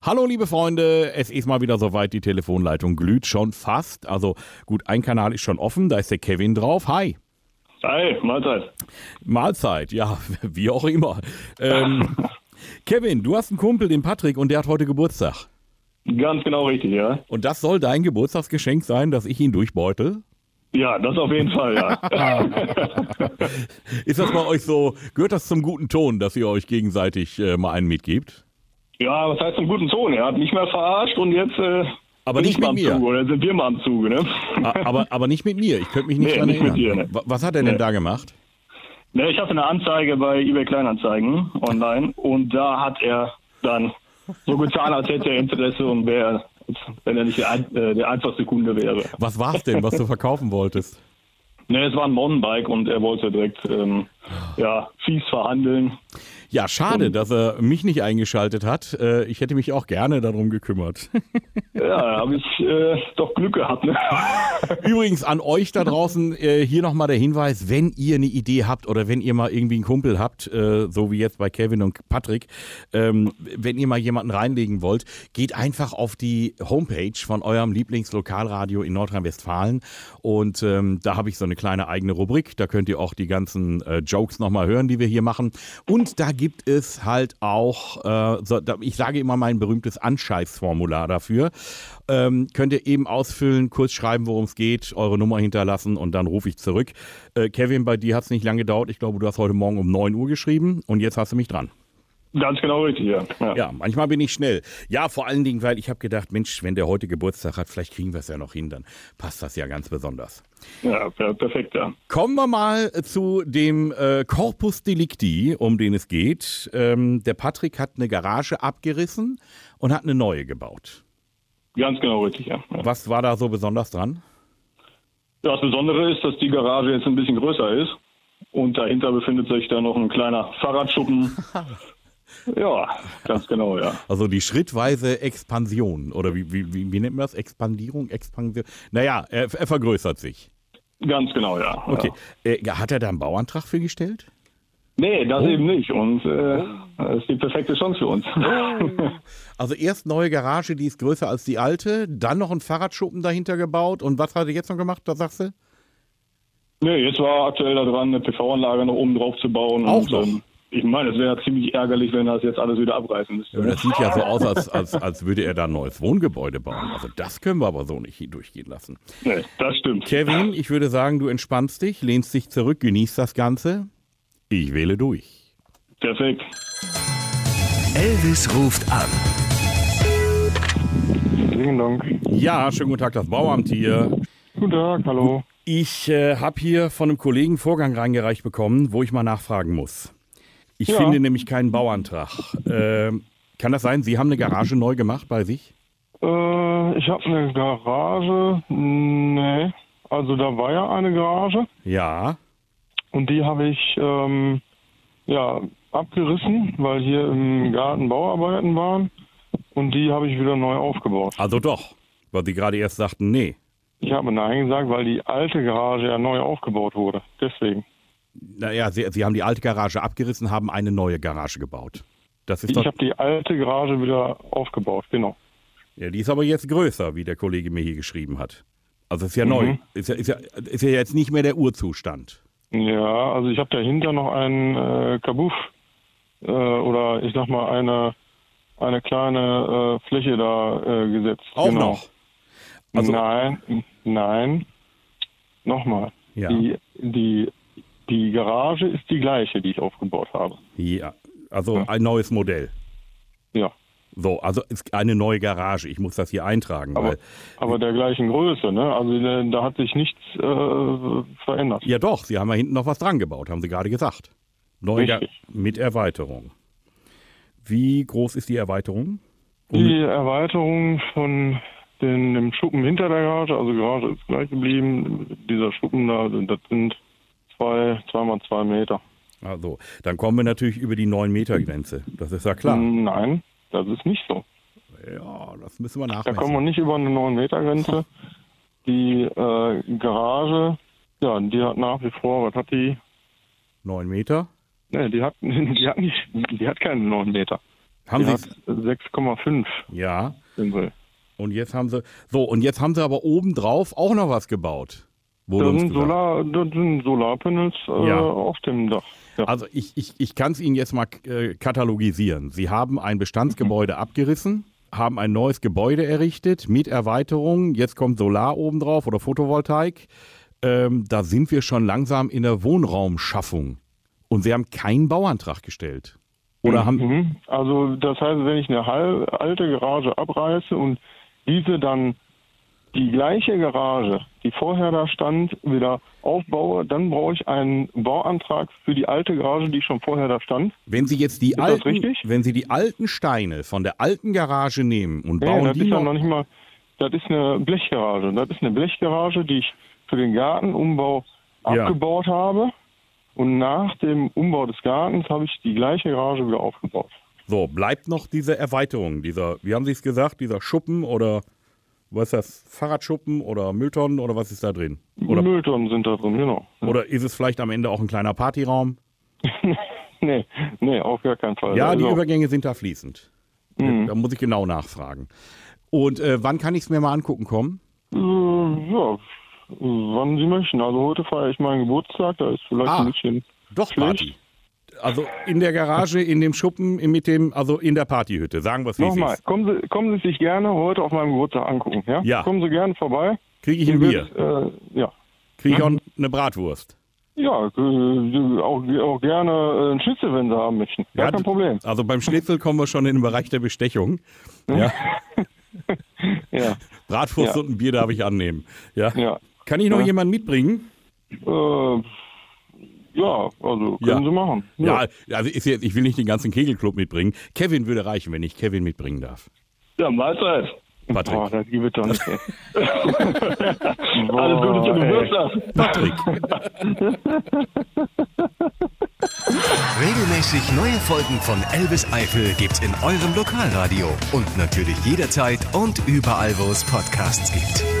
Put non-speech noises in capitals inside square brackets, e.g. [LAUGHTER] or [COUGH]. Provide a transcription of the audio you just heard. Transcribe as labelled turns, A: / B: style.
A: Hallo, liebe Freunde, es ist mal wieder soweit, die Telefonleitung glüht schon fast. Also gut, ein Kanal ist schon offen, da ist der Kevin drauf. Hi.
B: Hi, Mahlzeit.
A: Mahlzeit, ja, [LAUGHS] wie auch immer.
B: [LAUGHS]
A: Ähm, Kevin, du hast einen Kumpel, den Patrick, und der hat heute Geburtstag.
B: Ganz genau richtig, ja?
A: Und das soll dein Geburtstagsgeschenk sein, dass ich ihn durchbeutel?
B: Ja, das auf jeden
A: [LAUGHS]
B: Fall, ja.
A: Ist das bei euch so, gehört das zum guten Ton, dass ihr euch gegenseitig äh, mal einen mitgibt?
B: ja, was heißt zum guten Ton? Er hat mich mal verarscht und jetzt äh,
A: Aber
B: bin
A: nicht
B: ich mal
A: mit mir. Ah.
B: am Zuge oder sind wir mal am Zuge, ne?
A: A- Aber, aber nicht mit mir, ich könnte mich nicht
B: Nee,
A: dran
B: nicht mit
A: erinnern.
B: dir, ne.
A: Wa- Was hat er denn da gemacht?
B: [LAUGHS] Ne, ich hatte eine Anzeige bei eBay Kleinanzeigen online und da hat er dann so getan, als hätte er Interesse und wäre, wenn er nicht der, ein- äh, der einfachste Kunde wäre.
A: Was war es denn, was du verkaufen wolltest?
B: Ne, es war ein Mountainbike und er wollte direkt ähm,
A: Ah.
B: ja, fies verhandeln.
A: Ja, schade, dass er mich nicht eingeschaltet hat. Äh, Ich hätte mich auch gerne darum gekümmert. [LAUGHS]
B: Ja, da habe ich äh, doch Glück gehabt, ne?
A: Übrigens an euch da draußen äh, hier nochmal der Hinweis, wenn ihr eine Idee habt oder wenn ihr mal irgendwie einen Kumpel habt, äh, so wie jetzt bei Kevin und Patrick, ähm, wenn ihr mal jemanden reinlegen wollt, geht einfach auf die Homepage von eurem Lieblingslokalradio in Nordrhein-Westfalen und ähm, da habe ich so eine kleine eigene Rubrik, da könnt ihr auch die ganzen äh, Jokes nochmal hören, die wir hier machen und da gibt es halt auch, äh, so, da, ich sage immer mein berühmtes Anscheißformular dafür, ähm, könnt ihr eben ausfüllen, kurz schreiben, worum es geht, eure Nummer hinterlassen und dann rufe ich zurück. Äh, Kevin, bei dir hat es nicht lange gedauert. Ich glaube, du hast heute Morgen um 9 Uhr geschrieben und jetzt hast du mich dran.
B: Ganz genau richtig, ja. ja.
A: Ja, manchmal bin ich schnell. Ja, vor allen Dingen, weil ich habe gedacht, Mensch, wenn der heute Geburtstag hat, vielleicht kriegen wir es ja noch hin, dann passt das ja ganz besonders.
B: Ja, per- perfekt, ja.
A: Kommen wir mal zu dem äh, Corpus Delicti, um den es geht. Ähm, der Patrick hat eine Garage abgerissen und hat eine neue gebaut.
B: Ganz genau richtig, ja. ja.
A: Was war da so besonders dran?
B: Das Besondere ist, dass die Garage jetzt ein bisschen größer ist und dahinter befindet sich dann noch ein kleiner
A: [LAUGHS]
B: Fahrradschuppen. ja, ganz genau, ja.
A: Also die schrittweise Expansion oder wie, wie, wie, wie nennt man das? Expandierung, Expansion. Naja, er, er vergrößert sich.
B: Ganz genau, ja.
A: Okay.
B: Ja.
A: Äh, hat er da einen Bauantrag für gestellt?
B: Nee, das
A: Oh.
B: eben nicht und äh, das ist die perfekte Chance für uns. [LAUGHS]
A: Also erst neue Garage, die ist größer als die alte, dann noch ein Fahrradschuppen dahinter gebaut und was hat er jetzt noch gemacht, da sagst du?
B: nee, jetzt war aktuell da dran, eine PV-Anlage noch oben drauf zu bauen.
A: Auch
B: und,
A: noch?
B: Ähm, ich meine, es wäre ziemlich ärgerlich, wenn das jetzt alles wieder abreißen müsste.
A: Das sieht ja so aus, als, als, als würde er da ein neues Wohngebäude bauen. Also das können wir aber so nicht hier durchgehen lassen.
B: Nee, das stimmt.
A: Kevin, ich würde sagen, du entspannst dich, lehnst dich zurück, genießt das Ganze. Ich wähle durch.
B: Perfekt.
C: Elvis ruft an.
D: Vielen Dank.
A: Ja, schönen guten Tag, das Bauamt hier.
D: Guten Tag, hallo.
A: Ich äh, habe hier von einem Kollegen einen Vorgang reingereicht bekommen, wo ich mal nachfragen muss. Ich
D: Ja.
A: finde nämlich keinen Bauantrag. Ähm, kann das sein? Sie haben eine Garage neu gemacht bei sich?
D: Äh, ich habe eine Garage. Nee. Also da war ja eine Garage
A: Ja.
D: und die habe ich ähm, ja abgerissen, weil hier im Garten Bauarbeiten waren und die habe ich wieder neu aufgebaut.
A: Also doch. Weil Sie gerade erst sagten, nee.
D: Ich habe nein gesagt, weil die alte Garage ja neu aufgebaut wurde. Deswegen.
A: Naja, Sie, Sie haben die alte Garage abgerissen, haben eine neue Garage gebaut. Das ist
D: Ich
A: doch,
D: habe die alte Garage wieder aufgebaut. Genau.
A: ja, die ist aber jetzt größer, wie der Kollege mir hier geschrieben hat. Also ist ja neu.
D: Mhm.
A: Ist ja, ist, ja, ist ja jetzt nicht mehr der Urzustand.
D: Ja, also ich habe dahinter noch einen äh, Kabuff äh, oder ich sag mal eine eine kleine äh, Fläche da äh, gesetzt.
A: Auch
D: Genau.
A: noch. Also-
D: nein, nein. Nochmal.
A: Ja.
D: Die die die Garage ist die gleiche, die ich aufgebaut habe.
A: Ja. Also ein neues Modell.
D: Ja,
A: So, also ist eine neue Garage. Ich muss das hier eintragen.
D: aber
A: weil,
D: aber der gleichen Größe, ne? Also äh, da hat sich nichts äh, verändert.
A: ja doch, Sie haben ja hinten noch was dran gebaut, haben Sie gerade gesagt. Neue Ga-
D: Richtig.
A: mit Erweiterung. Wie groß ist die Erweiterung?
D: Die Erweiterung von den, dem Schuppen hinter der Garage, also Garage ist gleich geblieben. Dieser Schuppen da, das sind zwei, zweimal zwei Meter.
A: Also, dann kommen wir natürlich über die 9-Meter-Grenze. Das ist ja klar.
D: Nein, das ist nicht so.
A: Ja, das müssen wir
D: Da kommen
A: nachmessen.
D: wir nicht über eine 9-Meter-Grenze. Die äh, Garage, ja, die hat nach wie vor, was hat die?
A: 9 Meter?
D: [LAUGHS] Ne, die hat, die hat nicht, die hat keinen 9 Meter.
A: Haben
D: Die hat
A: Sie's?
D: 6,5
A: Ja.
D: sind sie.
A: Und jetzt haben sie. So, und jetzt haben sie aber obendrauf auch noch was gebaut. Wurde
D: Da
A: uns
D: sind,
A: gesagt.
D: Solar, da sind Solarpanels äh,
A: Ja.
D: auf dem Dach. Ja.
A: Also ich, ich, ich kann es Ihnen jetzt mal äh, katalogisieren. Sie haben ein Bestandsgebäude
D: Mhm.
A: abgerissen, haben ein neues Gebäude errichtet mit Erweiterungen. Jetzt kommt Solar obendrauf oder Photovoltaik. Ähm, da sind wir schon langsam in der Wohnraumschaffung. Und Sie haben keinen Bauantrag gestellt. Oder haben.
D: Mhm. Also das heißt, wenn ich eine hal- alte Garage abreiße und diese dann die gleiche Garage, die vorher da stand, wieder aufbaue, dann brauche ich einen Bauantrag für die alte Garage, die schon vorher da stand.
A: Wenn Sie jetzt die
D: das
A: alten,
D: richtig?
A: wenn Sie die alten Steine von der alten Garage nehmen und
D: Nee,
A: bauen
D: das
A: die
D: ist ja
A: noch,
D: noch nicht mal, das ist eine Blechgarage. Das ist eine Blechgarage, die ich für den Gartenumbau
A: Ja.
D: abgebaut habe. Und nach dem Umbau des Gartens habe ich die gleiche Garage wieder aufgebaut.
A: So, bleibt noch diese Erweiterung, dieser, wie haben Sie es gesagt, dieser Schuppen oder was ist das, Fahrradschuppen oder Mülltonnen oder was ist da drin?
D: Mhm.
A: Oder,
D: Mülltonnen sind da drin, genau. [LAUGHS]
A: oder ist es vielleicht am Ende auch ein kleiner Partyraum?
D: Nee, nee, auf gar keinen Fall.
A: Ja, die
D: Also-
A: Übergänge sind da fließend.
D: Mhm.
A: Da muss ich genau nachfragen. Und äh, wann kann ich es mir mal angucken kommen?
D: Äh, Ja, wann Sie möchten. Also heute feiere ich meinen Geburtstag, da ist vielleicht
A: Ah.
D: ein bisschen.
A: Doch,
D: Schlecht.
A: Party. Also in der Garage, in dem Schuppen, in- mit dem, also in der Partyhütte. Sagen wir es wie es
D: Nochmal,
A: ist.
D: kommen Sie, kommen Sie sich gerne heute auf meinem Geburtstag angucken. Ja?
A: Ja.
D: Kommen Sie gerne vorbei.
A: Kriege ich ein Bier?
D: Wird, äh, ja.
A: Kriege ich auch eine Bratwurst?
D: Ja, äh, auch, auch gerne äh, einen Schnitzel, wenn Sie haben möchten. Gar
A: Ja,
D: kein Problem.
A: Also beim Schnitzel kommen wir schon in den Bereich der Bestechung. Ja.
D: Ja.
A: Bratwurst
D: Ja.
A: und ein Bier darf ich annehmen. Ja.
D: Ja.
A: Kann ich noch
D: Ja.
A: jemanden mitbringen?
D: Äh, ja, also können
A: Ja.
D: Sie machen.
A: Ja, also ist jetzt, ich will nicht den ganzen Kegelclub mitbringen. Kevin würde reichen, wenn ich Kevin mitbringen darf.
B: Ja, Mahlzeit.
A: Patrick.
D: Boah, Ah, das gibt es doch nicht. ey.
A: [LAUGHS]
D: [LAUGHS]
A: Oh,
D: Boah,
B: Alles Gute zum
D: ey.
B: Geburtstag.
A: Patrick.
D: [LAUGHS]
C: Regelmäßig neue Folgen von Elvis Eifel gibt's in eurem Lokalradio und natürlich jederzeit und überall, wo es Podcasts gibt.